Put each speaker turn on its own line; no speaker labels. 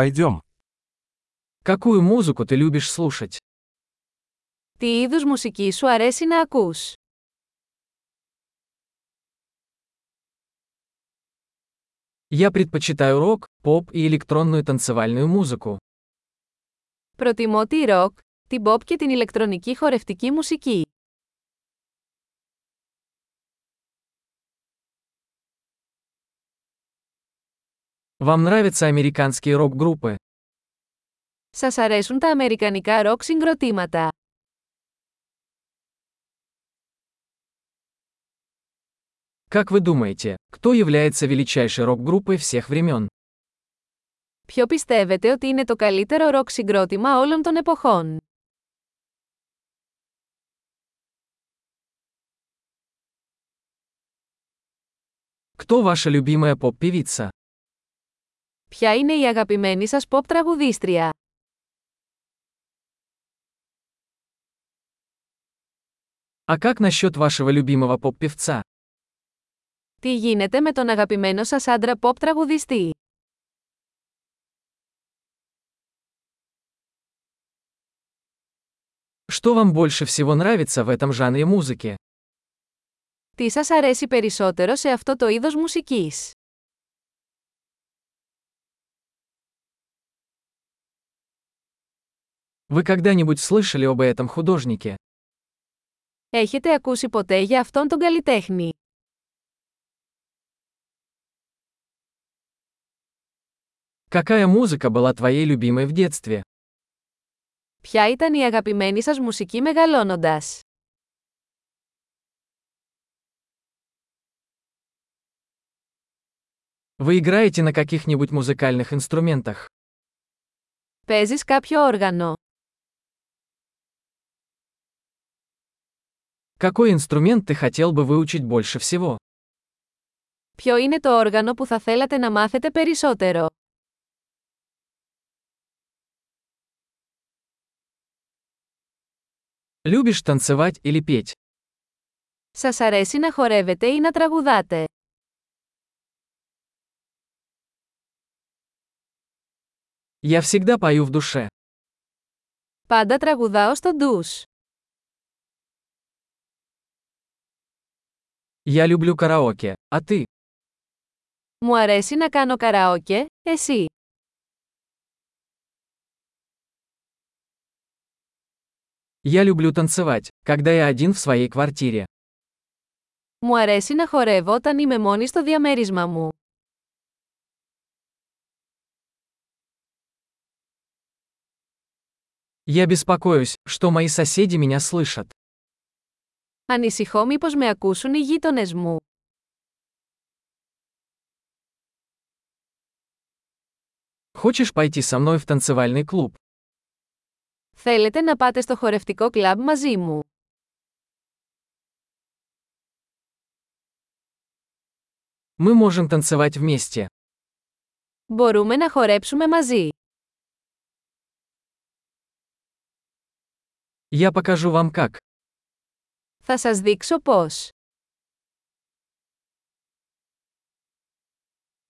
Пойдем.
Какую музыку ты любишь слушать?
Τι είδους μουσική σου αρέσει να ακούς?
Я предпочитаю рок, поп и электронную танцевальную музыку.
Προτιμώ τη ροκ, την pop και την ηλεκτρονική χορευτική μουσική.
Вам нравятся американские рок-группы?
Σας αρέσουν τα αμερικανικά ροκ συγκροτήματα.
Как вы думаете, кто является величайшей рок-группой всех времен?
Ποιο πιστεύετε ότι είναι το καλύτερο ροκ συγκρότημα όλων των εποχών?
Кто ваша любимая поп-певица?
Ποια είναι η αγαπημένη σας pop τραγουδίστρια?
А как насчет вашего любимого поп-певца?
Τι γίνεται με τον αγαπημένο σας άντρα pop τραγουδιστή?
Что вам больше всего нравится в этом жанре музыки?
Τι σας αρέσει περισσότερο σε αυτό το είδος μουσικής?
Вы когда-нибудь слышали об этом художнике?
Έχετε ακούσει ποτέ για αυτόν τον καλλιτέχνη?
Какая музыка была твоей любимой в детстве?
Ποια ήταν η αγαπημένη σας μουσική μεγαλώνοντας?
Вы играете на каких-нибудь музыкальных инструментах?
Παίζεις κάποιο όργανο.
Какой инструмент ты хотел бы выучить больше всего?
Ποιο είναι το όργανο που θα θέλατε να μάθετε περισσότερο?
Любишь танцевать или петь?
Σας αρέσει να χορεύετε ή να τραγουδάτε.
Я всегда пою в душе.
Πάντα τραγουδάω στο ντους.
Я люблю караоке, а ты?
Μου αρέσει να κάνω καραόκε, εσύ.
Я люблю танцевать, когда я один в своей квартире.
Μου αρέσει να χορεύω όταν είμαι μόνη στο διαμέρισμά μου.
Я беспокоюсь, что мои соседи меня слышат.
Ανησυχώ μήπως με ακούσουν οι γείτονες μου.
Хочешь пойти со мной в танцевальный клуб?
Θέλετε να πάτε στο χορευτικό κλαμπ μαζί μου.
Мы можем танцевать вместе.
Μπορούμε να χορέψουμε μαζί.
Я покажу вам как.
Θα σας δείξω πώς.